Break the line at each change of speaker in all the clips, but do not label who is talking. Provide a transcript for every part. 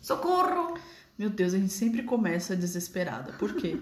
Socorro!
Meu Deus, a gente sempre começa desesperada. Por quê?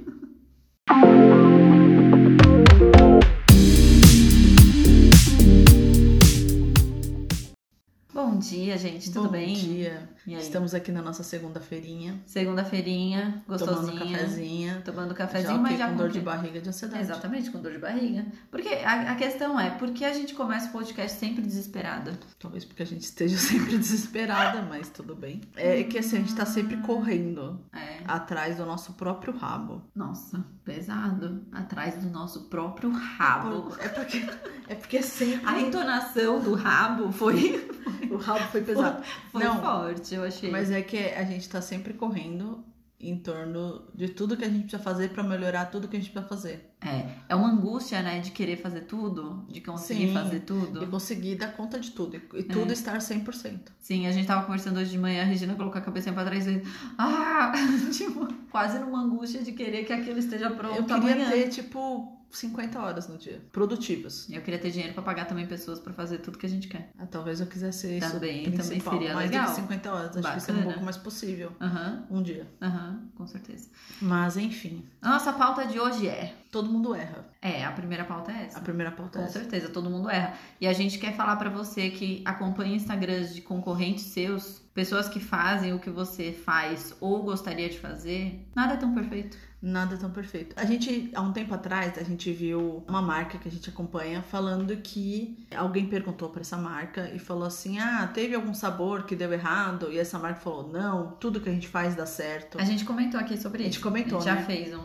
Bom dia, gente. Tudo
Bom
bem?
dia.
E aí?
Estamos aqui na nossa segunda-feirinha,
Segunda-feirinha,
tomando
gostosinha.
cafezinha.
Tomando cafezinho,
já,
mas
ok,
já
com dor
quê?
de barriga de ansiedade.
Exatamente, com dor de barriga. Porque a, a questão é, por que a gente começa o podcast sempre desesperada?
Talvez porque a gente esteja sempre desesperada, mas tudo bem. É que assim, a gente tá sempre correndo
É,
atrás do nosso próprio rabo.
nossa, pesado. Atrás do nosso próprio rabo.
É porque, é porque sempre
A entonação do rabo foi,
o rabo foi pesado.
foi
Não.
forte, eu achei.
Mas é que a gente tá sempre correndo em torno de tudo que a gente precisa fazer pra melhorar tudo que a gente precisa fazer.
É, é uma angústia, né, de querer fazer tudo, de conseguir
Sim.
fazer
E
tudo. É.
conseguir dar conta de tudo. E e tudo estar 100%.
Sim, a gente tava conversando hoje de manhã, a Regina colocou a cabecinha pra trás e... Ah! tipo, quase numa angústia de querer que aquilo esteja pronto
Eu queria
amanhã.
ter, tipo, 50 horas no dia. Produtivas.
Eu queria ter dinheiro pra pagar também pessoas pra fazer tudo que a gente quer.
Ah, talvez eu quisesse isso.
Também- também
principal.
seria
mais
legal.
do que 50 horas. Acho que isso é um
Bacana.
pouco mais possível.
Aham,
Um dia.
aham, com certeza.
Mas, enfim.
A nossa pauta de hoje é...
Todo mundo erra.
É, a primeira pauta é
A
essa.
primeira pauta é
Com
essa.
certeza, todo mundo erra. E a gente quer falar pra você que acompanha Instagrams de concorrentes seus, pessoas que fazem o que você faz ou gostaria de fazer, nada é tão perfeito.
Nada tão perfeito. A gente, há um tempo atrás, a gente viu uma marca que a gente acompanha falando que alguém perguntou pra essa marca e falou assim: ah, teve algum sabor que deu errado? E essa marca falou: não, tudo que a gente faz dá certo.
A gente comentou aqui sobre
A gente
isso.
comentou,
a gente já
né?
fez um,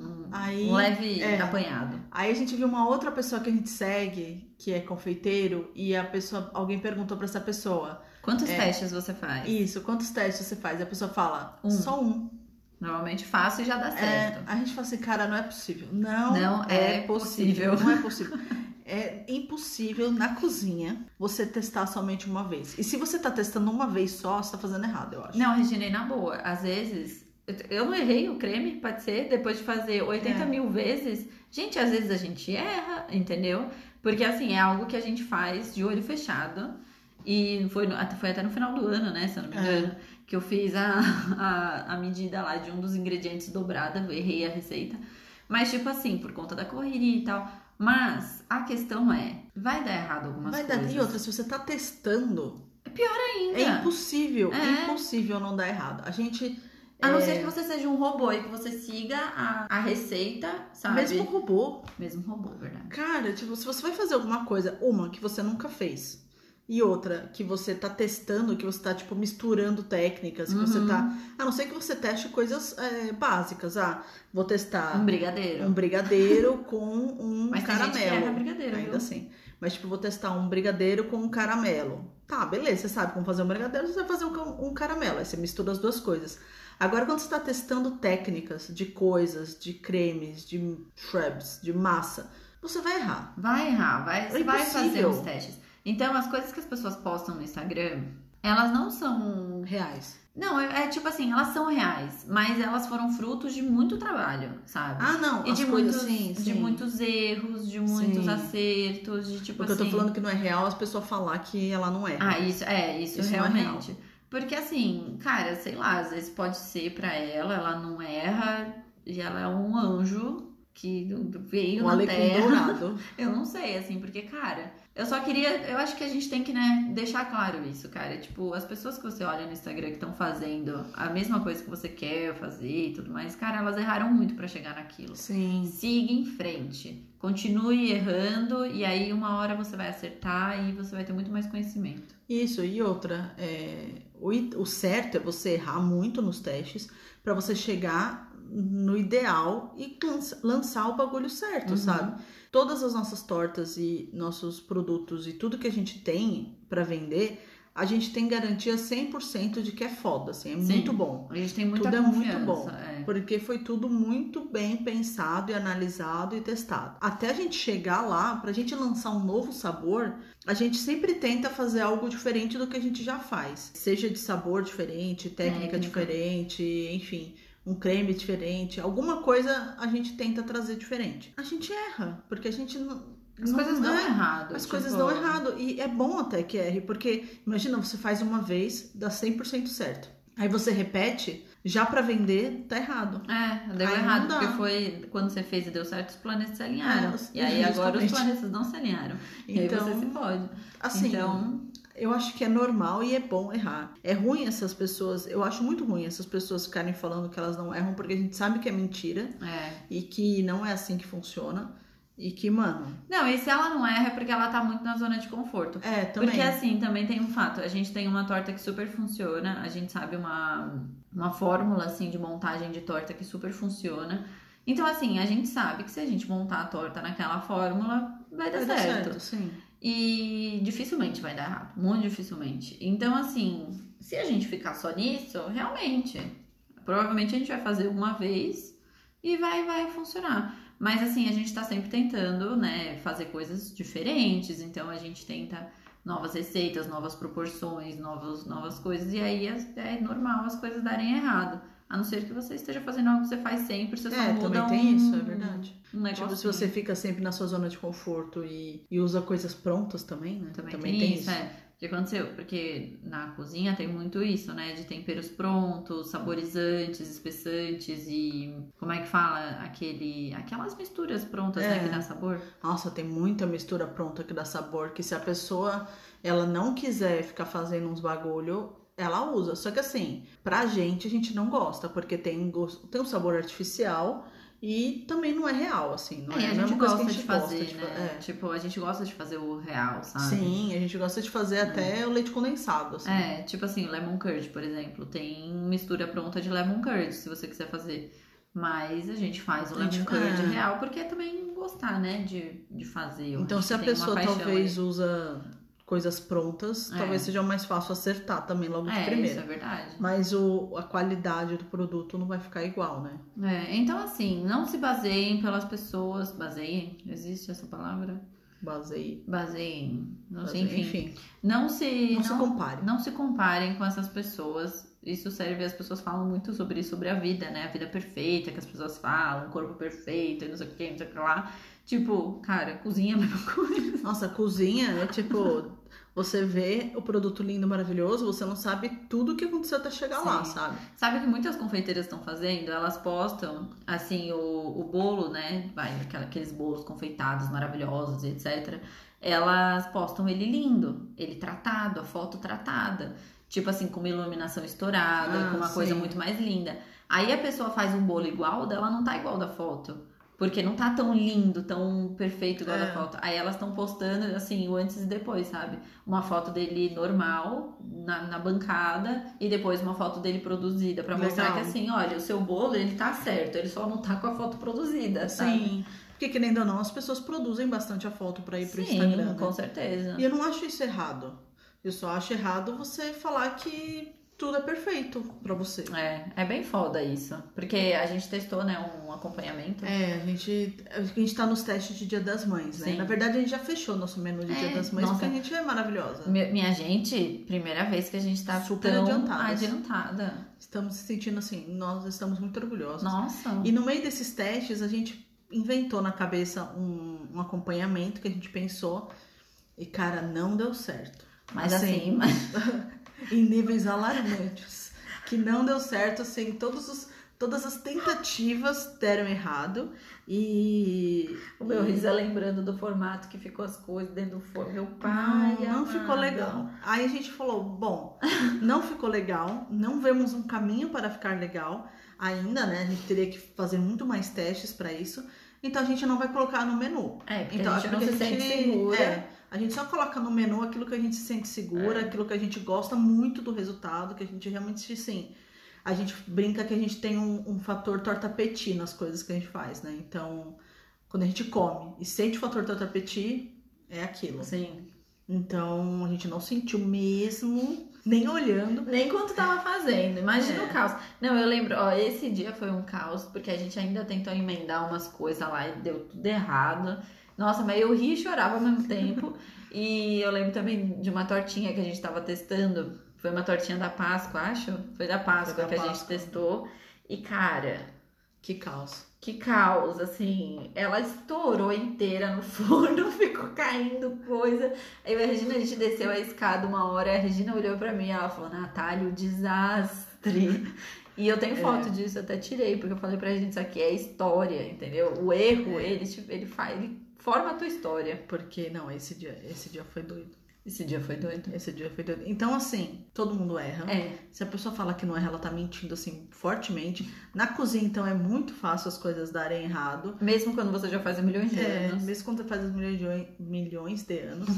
um,
Aí,
um leve
é.
apanhado.
Aí a gente viu uma outra pessoa que a gente segue, que é confeiteiro, e a pessoa, alguém perguntou pra essa pessoa:
Quantos
É.
testes você faz?
isso, quantos testes você faz? E a pessoa fala:
Um.
só um.
Normalmente faço e já dá
É,
certo.
a gente fala assim, cara, não é possível. Não,
Não
é,
é
possível.
possível.
Não é possível. É impossível na cozinha você testar somente uma vez. E se você tá testando uma vez só, você tá fazendo errado, eu acho.
Não, Regina, e na boa, às vezes. eu- Eu não errei o creme, pode ser, depois de fazer 80
É.
mil vezes. Gente, às vezes a gente erra, entendeu? Porque assim, é algo que a gente faz de olho fechado. E foi, no- até- foi até no final do ano, né? Se eu não me
É.
engano, que eu fiz a, a, a medida lá de um dos ingredientes dobrada, eu errei a receita. Mas, tipo assim, por conta da correria e tal. Mas a questão é, vai dar errado algumas
Vai dar.
coisas.
E outra, se você tá testando,
ainda.
é impossível,
É.
impossível não dar errado. A gente,
A não
É.
ser que você seja um robô e que você siga a, a receita, sabe?
mesmo robô,
Mesmo robô, verdade.
cara, tipo, se você vai fazer alguma coisa, uma que você nunca fez. E outra, que você tá testando, que você tá, tipo, misturando técnicas, que você
Uhum.
tá. A não ser que você teste coisas é, básicas. Ah, vou testar
Um brigadeiro.
um brigadeiro com um
Mas tem gente que erra
caramelo.
brigadeiro,
Ainda
viu?
assim. Mas, tipo, vou testar um brigadeiro com um caramelo. Tá, beleza, você sabe como fazer um brigadeiro, você vai fazer um, ca- um caramelo. Aí você mistura as duas coisas. Agora, quando você tá testando técnicas de coisas, de cremes, de shrubs, de massa, você vai errar.
Vai errar, vai,
assim. É
vai fazer
impossível.
os testes. Então, as coisas que as pessoas postam no Instagram, elas não são.
Reais.
Não, é, é tipo assim, elas são reais, mas elas foram frutos de muito trabalho, sabe?
Ah, não.
e
as
de
coisas,
muitos,
sim,
de
sim.
muitos erros, de muitos
Sim.
acertos, de tipo
Porque eu
assim.
tô falando que não é real, as pessoas falar que ela não é.
Ah, isso é, isso,
Isso não é
realmente. Porque assim, cara, sei lá, às vezes pode ser pra ela, ela não erra e ela é um anjo que veio
um
na
alecrim
terra.
dourado.
Eu não sei, assim, porque, cara, eu só queria. Eu acho que a gente tem que, né, deixar claro isso, cara. Tipo, as pessoas que você olha no Instagram que estão fazendo a mesma coisa que você quer fazer e tudo mais, cara, elas erraram muito pra chegar naquilo.
Sim.
Siga em frente. Continue errando e aí uma hora você vai acertar e você vai ter muito mais conhecimento.
Isso, e outra, é, o, i- o certo é você errar muito nos testes pra você chegar no ideal e lança- lançar o bagulho certo,
Uhum.
sabe? Todas as nossas tortas e nossos produtos e tudo que a gente tem pra vender, a gente tem garantia 100% de que é foda, assim, é
Sim.
muito bom.
A gente tem muita
Tudo é muito
confiança.
bom.
é.
Porque foi tudo muito bem pensado e analisado e testado. Até a gente chegar lá, pra gente lançar um novo sabor, a gente sempre tenta fazer algo diferente do que a gente já faz. Seja de sabor diferente, técnica
Técnica.
diferente, enfim, um creme diferente. Alguma coisa a gente tenta trazer diferente. A gente erra, porque a gente não.
As coisas
não
dão
é-
errado.
As
tipo,
coisas dão errado. E é bom até que erre, porque imagina, você faz uma vez, dá 100% certo. Aí você repete, já pra vender, tá errado.
É, deu
Aí não
errado,
dá.
porque foi quando você fez e deu certo, os planetas se alinharam.
É,
e aí agora os
justamente.
planetas não se alinharam. E aí você se
Então,
pode.
assim,
então,
eu acho que é normal e é bom errar. É ruim essas pessoas, eu acho muito ruim essas pessoas ficarem falando que elas não erram, porque a gente sabe que é mentira
é.
e que não é assim que funciona. E que, mano,
Não, e se ela não erra é porque ela tá muito na zona de conforto.
é, também.
Porque assim, também tem um fato, a gente tem uma torta que super funciona, a gente sabe uma, uma fórmula assim de montagem de torta que super funciona. Então assim, a gente sabe que se a gente montar a torta naquela fórmula, vai dar
Vai dar
certo.
certo, sim.
E dificilmente vai dar errado, muito dificilmente. Então assim, se a gente ficar só nisso, realmente, provavelmente a gente vai fazer uma vez e vai vai funcionar. Mas assim, a gente tá sempre tentando, né, fazer coisas diferentes, então a gente tenta novas receitas, novas proporções, novas, novas coisas, e aí as- é normal as coisas darem errado. A não ser que você esteja fazendo algo que você faz sempre, você só
É,
muda
também
um,
tem isso, é verdade.
um negócio.
Tipo, se você fica sempre na sua zona de conforto e, e usa coisas prontas também, né?
Também, tem, isso, é. O que aconteceu? Porque na cozinha tem muito isso, né? De temperos prontos, saborizantes, espessantes e. Como é que fala? Aquele, aquelas misturas prontas, né?
É.
Que dá sabor.
Nossa, tem muita mistura pronta que dá sabor, que se a pessoa ela não quiser ficar fazendo uns bagulho, ela usa. Só que assim, pra gente, a gente não gosta, porque tem, gosto, tem um sabor artificial e também não é real, assim. Não é,
É, e a
mesma
gente
coisa
gosta
que a
de
gente
fazer,
gosta. tipo,
né? Ah,
é.
Tipo, a gente gosta de fazer o real, sabe?
Sim, a gente gosta de fazer até o leite condensado, assim.
É, tipo assim, o lemon curd, por exemplo, tem mistura pronta de lemon curd, se você quiser fazer. Mas a gente faz o
A gente-
lemon curd
é.
real porque é também gostar, né? De, de fazer. Eu
Então,
acho
se a
que tem uma
pessoa
paixão
talvez usa coisas prontas,
É.
talvez seja mais fácil acertar também logo
aí.
de
É, isso
primeira.
é verdade.
Mas o, a qualidade do produto não vai ficar igual, né?
É, então assim, não se baseiem pelas pessoas, baseiem, existe essa palavra?
Baseio.
Baseiem, não sei,
baseio-
enfim. Não se
não, se
não,
compare.
não se comparem com essas pessoas. Isso serve, as pessoas falam muito sobre isso, sobre a vida, né? A vida perfeita que as pessoas falam, corpo perfeito, e não sei o que, não sei o que lá. Tipo, cara, cozinha é a mesma coisa.
Nossa, cozinha é tipo. Você vê o produto lindo, maravilhoso, você não sabe tudo o que aconteceu até chegar lá,
Sim.
sabe?
Sabe o que muitas confeiteiras estão fazendo? Elas postam, assim, o, o bolo, né? Vai, aquela- aqueles bolos confeitados maravilhosos, etc. Elas postam ele lindo, ele tratado, a foto tratada. Tipo assim, com uma iluminação estourada,
Ah,
com uma coisa
sim.
muito mais linda. Aí a pessoa faz um bolo igual, o dela não tá igual da foto. Porque não tá tão lindo, tão perfeito igual
É.
da foto. Aí elas estão postando, assim, o antes e depois, sabe? Uma foto dele normal, na, na bancada, e depois uma foto dele produzida. Pra mostrar
Legal.
que, assim, olha, o seu bolo, ele tá certo. Ele só não tá com a foto produzida, sabe?
Sim. Porque querendo ou não, as pessoas produzem bastante a foto pra ir pro
Sim,
Instagram. né?
com certeza.
E eu não acho isso errado. Eu só acho errado você falar que tudo é perfeito pra você.
É, é bem foda isso. Porque a gente testou, né, um acompanhamento.
É, a gente, a gente tá nos testes de Dia das Mães, né?
Sim.
Na verdade, a gente já fechou nosso menu de Dia
É,
das Mães,
nossa.
porque a gente é maravilhosa.
Mi- Minha gente, primeira vez que a gente tá
Super
tão
adiantadas.
adiantada.
Estamos se sentindo assim, nós estamos muito orgulhosos.
Nossa.
E no meio desses testes, a gente inventou na cabeça um, um acompanhamento que a gente pensou e, cara, não deu certo.
Mas assim,
Assim,
mas-
em níveis alarmantes. Que não deu certo, assim, todos os, todas as tentativas deram errado. E.
o meu riso é lembrando do formato que ficou as coisas dentro do forno. Meu
Não,
pai.
não
amado.
ficou legal. Aí a gente falou: bom, não ficou legal, não vemos um caminho para ficar legal ainda, né? A gente teria que fazer muito mais testes para isso. Então a gente não vai colocar no menu.
É, porque
Então,
a gente
é
não
porque
se sente segura.
é, a gente só coloca no menu aquilo que a gente se sente
É.
segura, aquilo que a gente gosta muito do resultado, que a gente realmente, assim, a gente brinca que a gente tem um, um fator torta petit nas coisas que a gente faz, né? Então, quando a gente come e sente o fator torta petit, é aquilo.
Sim.
Então, a gente não sentiu mesmo, nem olhando.
Nem quando tava fazendo. Imagina
É.
o caos. Não, eu lembro, ó, esse dia foi um caos, porque a gente ainda tentou emendar umas coisas lá e deu tudo errado. Nossa, mas eu ri e chorava ao mesmo tempo. E eu lembro também de uma tortinha que a gente tava testando. Foi uma tortinha da Páscoa, acho. Foi da Páscoa
Foi da
que a gente
Páscoa.
testou. E, cara,
Que caos.
Que caos, assim. Ela estourou inteira no forno, ficou caindo coisa. Aí eu e a Regina, a gente desceu a escada uma hora, a Regina olhou pra mim e ela falou: Natália, o desastre. tri. E eu tenho foto disso, eu até tirei, porque eu falei pra gente, isso aqui é história, entendeu? O erro, ele, te- ele, faz, ele forma a tua história.
Porque, não, esse dia, esse dia foi doido.
Esse dia foi doido.
Esse dia foi doido. Então, assim, todo mundo erra.
É,
Se a pessoa fala que não erra, ela tá mentindo, assim, fortemente. Na cozinha, então, é muito fácil as coisas darem errado.
mesmo quando você já faz um milhão de
É,
anos.
mesmo quando faz os milhões, milhões de anos.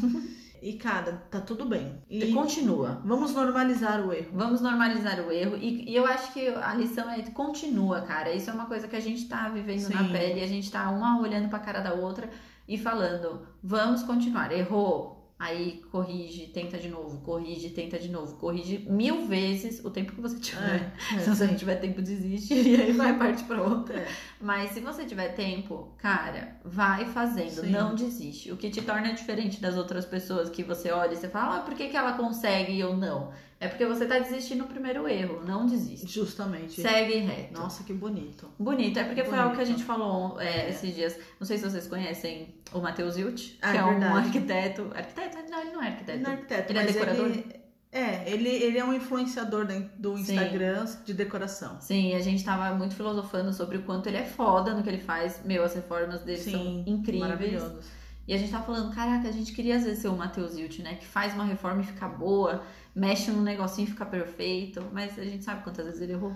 e, cara, tá tudo bem.
E
E
continua.
vamos normalizar o erro.
Vamos normalizar o erro. E, e eu acho que a lição é continua, cara. Isso é uma coisa que a gente tá vivendo na
Sim.
pele. A gente tá uma olhando pra cara da outra e falando, vamos continuar. Errou. Aí corrige, tenta de novo, corrige, tenta de novo, corrige mil vezes o tempo que você tiver. É. Se você não tiver tempo, desiste e aí vai parte pra outra.
É.
Mas se você tiver tempo, cara, vai fazendo,
Sim.
não desiste. O que te torna diferente das outras pessoas que você olha e você fala, ah, por que, que ela consegue e eu não? É porque você tá desistindo no primeiro erro, não desiste.
Justamente.
Segue reto.
Nossa, que bonito.
Bonito, é porque foi algo que a
Bonito.
gente falou é,
É.
esses dias. Não sei se vocês conhecem o Matheus Hilt,
Ah,
que
é
é um
verdade.
arquiteto. Arquiteto? Não, ele não é arquiteto.
Ele não é arquiteto,
Ele é
mas
decorador?
Ele... É, ele, ele é um influenciador da- do
Sim.
Instagram de decoração.
Sim, a gente tava muito filosofando sobre o quanto ele é foda no que ele faz. Meu, as reformas dele
Sim,
são incríveis.
Maravilhoso.
E a gente tava falando, caraca, a gente queria às vezes ser o Matheus Hilt, né? Que faz uma reforma e fica boa, mexe num negocinho e fica perfeito. Mas a gente sabe quantas vezes ele errou.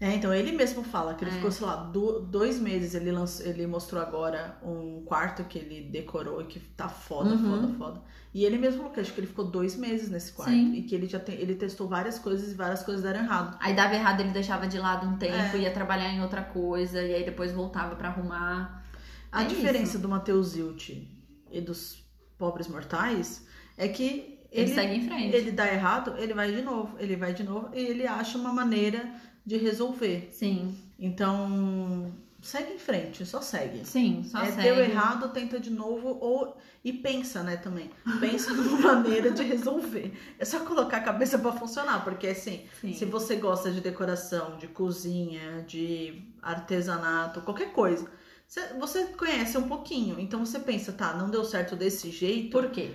É, então ele mesmo fala que ele
É.
ficou, sei lá, do- dois meses. Ele, lançou, ele mostrou agora um quarto que ele decorou e que tá foda,
Uhum.
foda, foda. E ele mesmo falou que acho que ele ficou dois meses nesse quarto.
Sim.
E que ele já tem, ele testou várias coisas e várias coisas deram errado.
Aí dava errado, ele deixava de lado um tempo,
É.
ia trabalhar em outra coisa, e aí depois voltava pra arrumar.
A
É
diferença do Matheus Hilt e dos pobres mortais é que
Ele,
ele,
segue em frente.
ele dá errado, ele vai de novo, ele vai de novo e ele acha uma maneira de resolver.
Sim,
Então, segue em frente, só segue.
sim, só
é,
segue.
deu errado, tenta de novo ou e pensa, né, também. Pensa numa maneira de resolver. É só colocar a cabeça pra funcionar, porque assim,
Sim.
se você gosta de decoração, de cozinha, de artesanato, qualquer coisa, cê- você conhece um pouquinho. Então você pensa, tá, não deu certo desse jeito, por,
Por quê?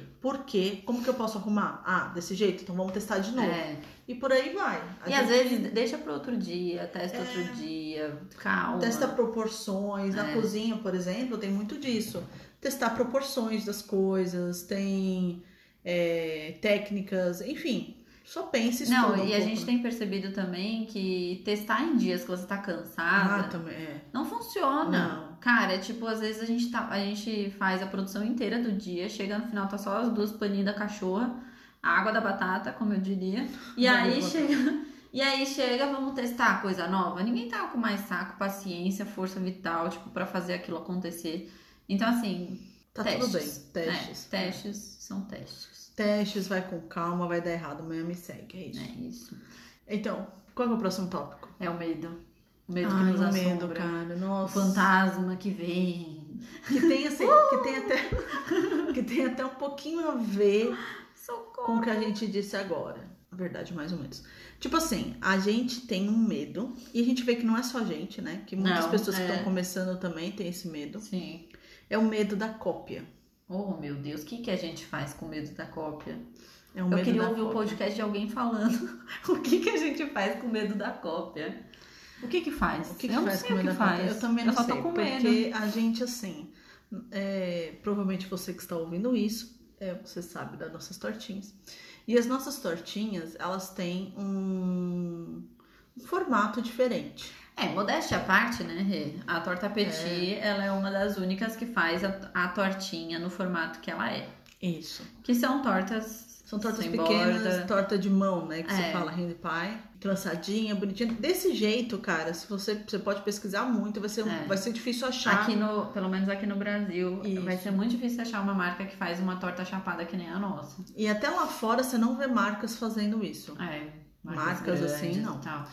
quê? Como que eu posso arrumar? Ah, desse jeito, então vamos testar de novo.
É.
E por aí vai. A
E às
gente
vezes deixa pro outro dia, testa
É.
outro dia, calma.
Testa proporções. Na
É.
cozinha, por exemplo, tem muito disso. Testar proporções das coisas, tem é, técnicas, enfim. Só pense e
Não,
estuda um
e a
pouco,
gente
né?
tem percebido também que testar em dias que você tá
Ah,
cansada
também. É.
não funciona.
Não.
Cara, é tipo, às vezes a gente, tá, a gente faz a produção inteira do dia, chega no final, tá só as duas paninhas da cachorra, a água da batata, como eu diria. E
Não,
aí
não.
chega. E aí chega, vamos testar coisa nova. Ninguém tá com mais saco, paciência, força vital, tipo, pra fazer aquilo acontecer. Então, assim,
Tá tudo
testes.
bem. Testes.
É, testes são testes.
Testes, vai com calma, vai dar errado, amanhã me segue. É isso.
É isso.
Então, qual é o próximo tópico?
É o medo. O medo que
Ai,
nos
o medo,
assombra.
cara.
O
Nossa.
fantasma que vem.
Que tem assim, que tem até. Que tem até um pouquinho a ver com
Socorro.
o que a gente disse agora. Na verdade, mais ou menos. Tipo assim, a gente tem um medo e a gente vê que não é só a gente, né? Que muitas
Não,
pessoas que
é.
estão começando também têm esse medo.
Sim.
É o medo da cópia.
Oh, meu Deus, o que, que a gente faz com medo da cópia?
É o
Eu
medo
queria
da
ouvir um o
cópia.
podcast de alguém falando o que, que a gente faz com medo da cópia. O que que faz?
O que, que
eu não
faz com
sei o
medo
que
da cópia?
faz.
Eu também não
só
sei.
tô com medo.
porque a gente, assim, é, provavelmente você que está ouvindo isso, é, você sabe das nossas tortinhas. E as nossas tortinhas, elas têm um, um formato diferente.
É, modéstia à parte, né, Rê? A torta petit, ela é uma das únicas que faz a, a tortinha no formato que ela é.
Isso.
Que são tortas
São Então, tortas
sem
pequenas,
borda.
torta de mão, né? Que
É.
você fala hand pie, trançadinha, bonitinha. Desse jeito, cara, se você, você pode pesquisar muito, vai ser, um-
É.
vai ser difícil achar.
Aqui no, pelo menos aqui no Brasil,
Isso.
vai ser muito difícil achar uma marca que faz uma torta chapada que nem a nossa.
E até lá fora você não vê marcas fazendo isso.
É,
Marcas assim,
grandes
não.
E, tal.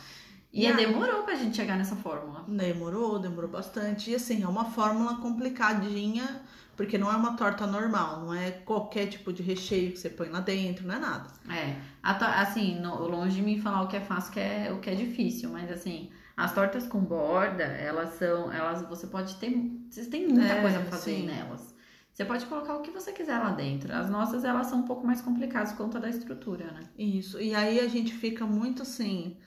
e é
E a-
demorou pra gente chegar nessa fórmula.
Demorou, demorou bastante. E assim, é uma fórmula complicadinha, porque não é uma torta normal, não é qualquer tipo de recheio que você põe lá dentro, não é nada.
É, a to- assim, no- longe de mim falar o que é fácil, o que é, o que é difícil, mas assim, as tortas com borda, elas são, elas, você pode ter, vocês têm muita
É,
coisa pra fazer
sim.
nelas. Você pode colocar o que você quiser lá dentro. As nossas, elas são um pouco mais complicadas por conta da estrutura, né?
Isso. E aí a gente fica muito assim.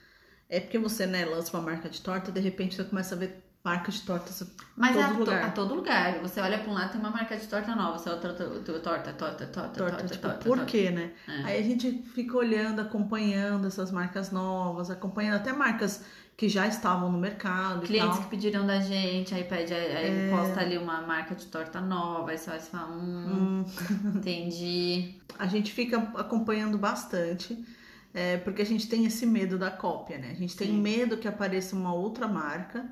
É porque você, né, lança uma marca de torta, de repente você começa a ver marca de tortas.
Mas
Todo
é a, to-
lugar.
a todo lugar. Você olha pra um lado, tem uma marca de torta nova. Você olha outra to- to- torta, torta, torta, torta,
Torta,
torta.
tipo,
torta,
por quê, né?
É.
Aí a gente fica olhando, acompanhando essas marcas novas, acompanhando até marcas que já estavam no mercado
Clientes
e tal.
que pediram da gente, aí pede, aí, aí
É.
posta ali uma marca de torta nova, aí você olha e fala, hum,
Hum,
entendi.
a gente fica acompanhando bastante, é, porque a gente tem esse medo da cópia, né? A gente tem
Sim.
medo que apareça uma outra marca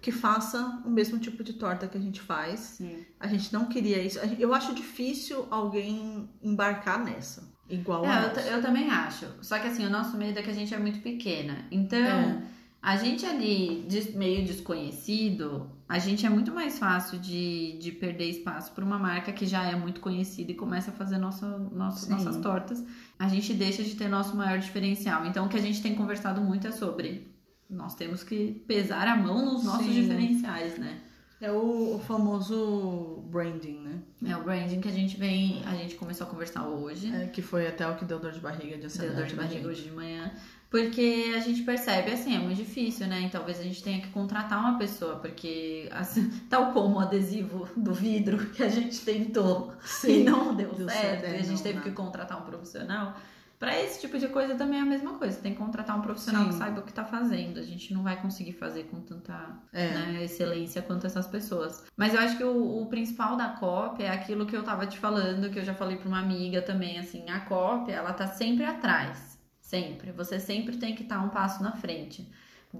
que faça o mesmo tipo de torta que a gente faz.
Sim.
A gente não queria isso. A gente- Eu acho difícil alguém embarcar nessa, igual a
É, eu,
nós.
ta- eu também acho. Só que assim, o nosso medo é que a gente é muito pequena. Então,
É.
a gente ali, des- meio desconhecido, a gente é muito mais fácil de, de perder espaço para uma marca que já é muito conhecida e começa a fazer nosso, nosso,
Sim.
nossas tortas. A gente deixa de ter nosso maior diferencial. Então, o que a gente tem conversado muito é sobre. Nós temos que pesar a mão nos nossos
Sim.
diferenciais, né?
É o, o famoso branding, né?
É o branding que a gente vem, a gente começou a conversar hoje.
É, que foi até o que deu dor de barriga de
Deu
ansiedade.
dor de
na
barriga
gente.
hoje de manhã. Porque a gente percebe, assim, é muito difícil, né? E talvez a gente tenha que contratar uma pessoa, porque assim, tal como o adesivo do vidro que a gente tentou e
Sim.
não deu,
Deu
certo,
certo, é,
e a gente
não,
teve
não.
que contratar um profissional. Pra esse tipo de coisa também é a mesma coisa. Tem que contratar um profissional que
Sim.
saiba o que tá fazendo. A gente não vai conseguir fazer com tanta
É.
né, excelência quanto essas pessoas. Mas eu acho que o, o principal da cópia é aquilo que eu tava te falando, que eu já falei pra uma amiga também, assim, a cópia, ela tá sempre atrás, sempre. Você sempre tem que estar um passo na frente.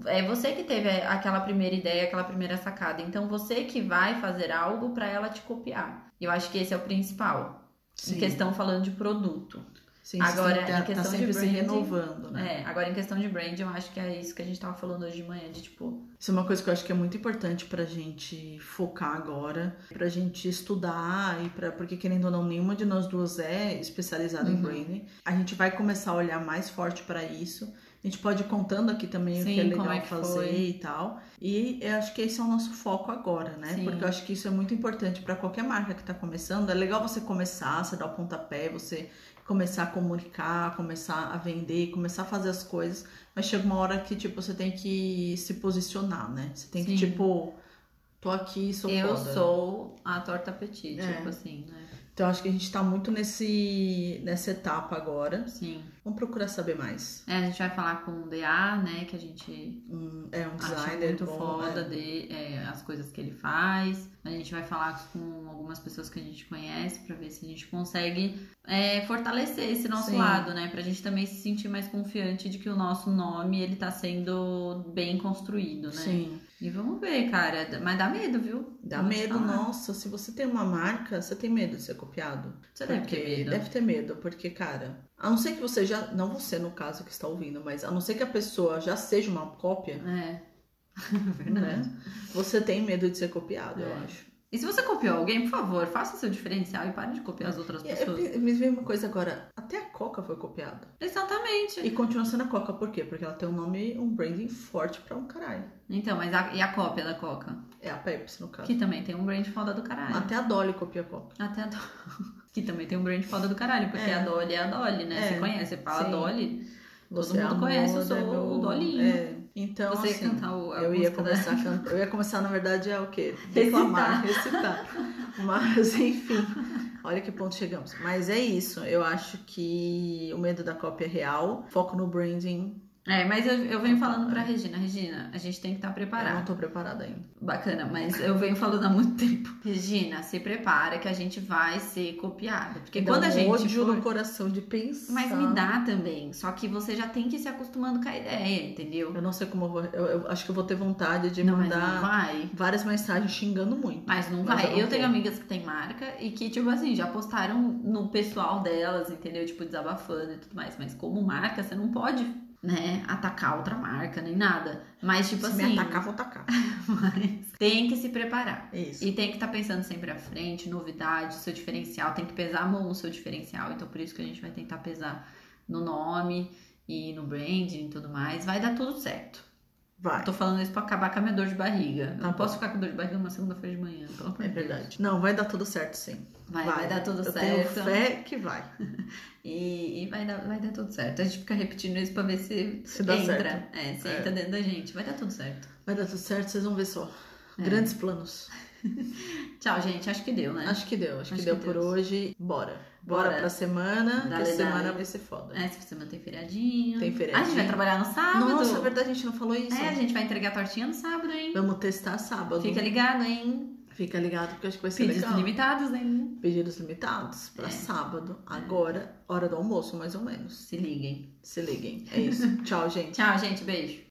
É você que teve aquela primeira ideia, aquela primeira sacada. Então você que vai fazer algo pra ela te copiar. Eu acho que esse é o principal.
Sim.
Em questão falando de produto.
Sim,
Agora,
você
em
tá,
questão
tá
de
sempre se
branding,
renovando, né?
É, agora em questão de brand, eu acho que é isso que a gente tava falando hoje de manhã, de tipo,
Isso é uma coisa que eu acho que é muito importante pra gente focar agora, pra gente estudar e para porque querendo ou não nenhuma de nós duas é especializada em
Uhum.
branding. A gente vai começar a olhar mais forte pra isso. A gente pode ir contando aqui também o
Sim,
que é legal
como é que
fazer
foi.
e tal. E eu acho que esse é o nosso foco agora, né?
Sim.
Porque eu acho que isso é muito importante pra qualquer marca que tá começando. É legal você começar, você dar o pontapé, você começar a comunicar, começar a vender, começar a fazer as coisas. Mas chega uma hora que, tipo, você tem que se posicionar, né? Você tem que,
Sim.
tipo, tô aqui, sou
eu
foda.
sou a torta petit,
É.
tipo assim, né?
Então acho que a gente tá muito nesse, nessa etapa agora.
Sim.
Vamos procurar saber mais.
É, a gente vai falar com o DA, né? Que a gente
Um- é um
acha
designer
muito
bom,
foda
é.
de, é, as coisas que ele faz. A gente vai falar com algumas pessoas que a gente conhece pra ver se a gente consegue é, fortalecer esse nosso
Sim.
lado, né? Pra gente também se sentir mais confiante de que o nosso nome ele tá sendo bem construído, né?
Sim.
E vamos ver, cara. Mas dá medo, viu?
Dá
Vou te
medo,
falar.
nossa. Se você tem uma marca, você tem medo de ser copiado.
Você deve
Porque-
ter medo.
Deve ter medo, porque, cara, a não ser que você já. Não você, no caso, que está ouvindo, mas a não ser que a pessoa já seja uma cópia,
É.
né?
Verdade.
Uhum. Você tem medo de ser copiado, eu
É.
acho.
E se você copiou alguém, por favor, faça seu diferencial e pare de copiar as outras
É,
pessoas.
é, me veio uma coisa agora, até a Coca foi copiada.
Exatamente.
E continua sendo a Coca, por quê? Porque ela tem um nome, um branding forte pra um caralho.
Então, mas a, e a cópia da Coca?
É a Pepsi, no caso.
Que também tem um brand foda do caralho.
Até a Dolly copia a Coca.
Até a Dolly. que também tem um brand foda do caralho, porque
É.
a Dolly é a Dolly, né?
É.
Você conhece, você fala
Sim.
Dolly,
Você é
mundo
a
conhece, eu
moda,
sou
meu-
o Dolinho.
É. Então,
você
assim,
ia cantar o, a
eu ia
música da...
começar a cantar. Eu ia começar, na verdade, a o quê? Reclamar, recitar. Mas, enfim. Olha que ponto chegamos. Mas é isso. Eu acho que o medo da cópia é real. Foco no branding.
É, mas eu, eu venho falando pra Regina, Regina, a gente tem que estar
Eu
preparado.
não tô preparada ainda.
Bacana, mas eu venho falando há muito tempo. Regina, se prepara que a gente vai ser copiada. Porque
Dá
quando a
um
gente.
ódio
for-
no coração de pensar.
Mas me dá também. Só que você já tem que ir se acostumando com a ideia, entendeu?
Eu não sei como eu vou. Eu, eu acho que eu vou ter vontade de
Não, mas não
mandar
vai.
várias mensagens xingando muito.
Mas não
Mas
vai.
eu
Eu,
não
tenho
vou.
amigas que têm marca e que, tipo assim, já postaram no pessoal delas, entendeu? Tipo, desabafando e tudo mais. Mas como marca, você não pode, né, atacar outra marca nem nada. Mas, tipo
Se
assim,
me atacar, vou atacar. É
mas tem que se preparar.
Isso.
E tem que estar pensando sempre à frente, novidade, seu diferencial, tem que pesar a mão no seu diferencial. Então por isso que a gente vai tentar pesar no nome e no branding e tudo mais. Vai dar tudo certo.
Vai.
Tô falando isso pra acabar com a minha dor de barriga.
Tá
não
bom.
posso ficar com dor de barriga uma segunda-feira de manhã, pelo amor
É
de Deus.
verdade. Não, vai dar tudo certo sim.
Vai, vai, dar tudo
Eu
certo.
Tenho fé que vai.
E, e vai, dar, vai dar tudo certo. A gente fica repetindo isso pra ver se,
Se dá
entra.
certo.
É, se
É.
entra dentro da gente. Vai dar tudo certo.
Vai dar tudo certo, vocês vão ver só.
É.
Grandes planos.
Tchau, gente. Acho que deu, né?
Acho que deu, acho,
Acho
que deu
que
por
Deus.
hoje. Bora. Bora,
Bora.
pra semana,
Dale,
que semana
dale.
vai ser foda.
É, se você não tem feriadinho. Ah, a
Tem
gente vai
feriadinho.
trabalhar no sábado.
Nossa, é verdade, a gente não falou isso.
É, a gente vai entregar tortinha no sábado, hein?
Vamos testar sábado.
Fica ligado, hein?
Fica ligado, porque acho que vai ser
Pedidos
é legal.
limitados, hein?
Pedidos limitados pra
É.
sábado, agora, hora do almoço, mais ou menos.
Se liguem.
Se liguem. É isso. Tchau, gente.
Tchau, gente. Beijo.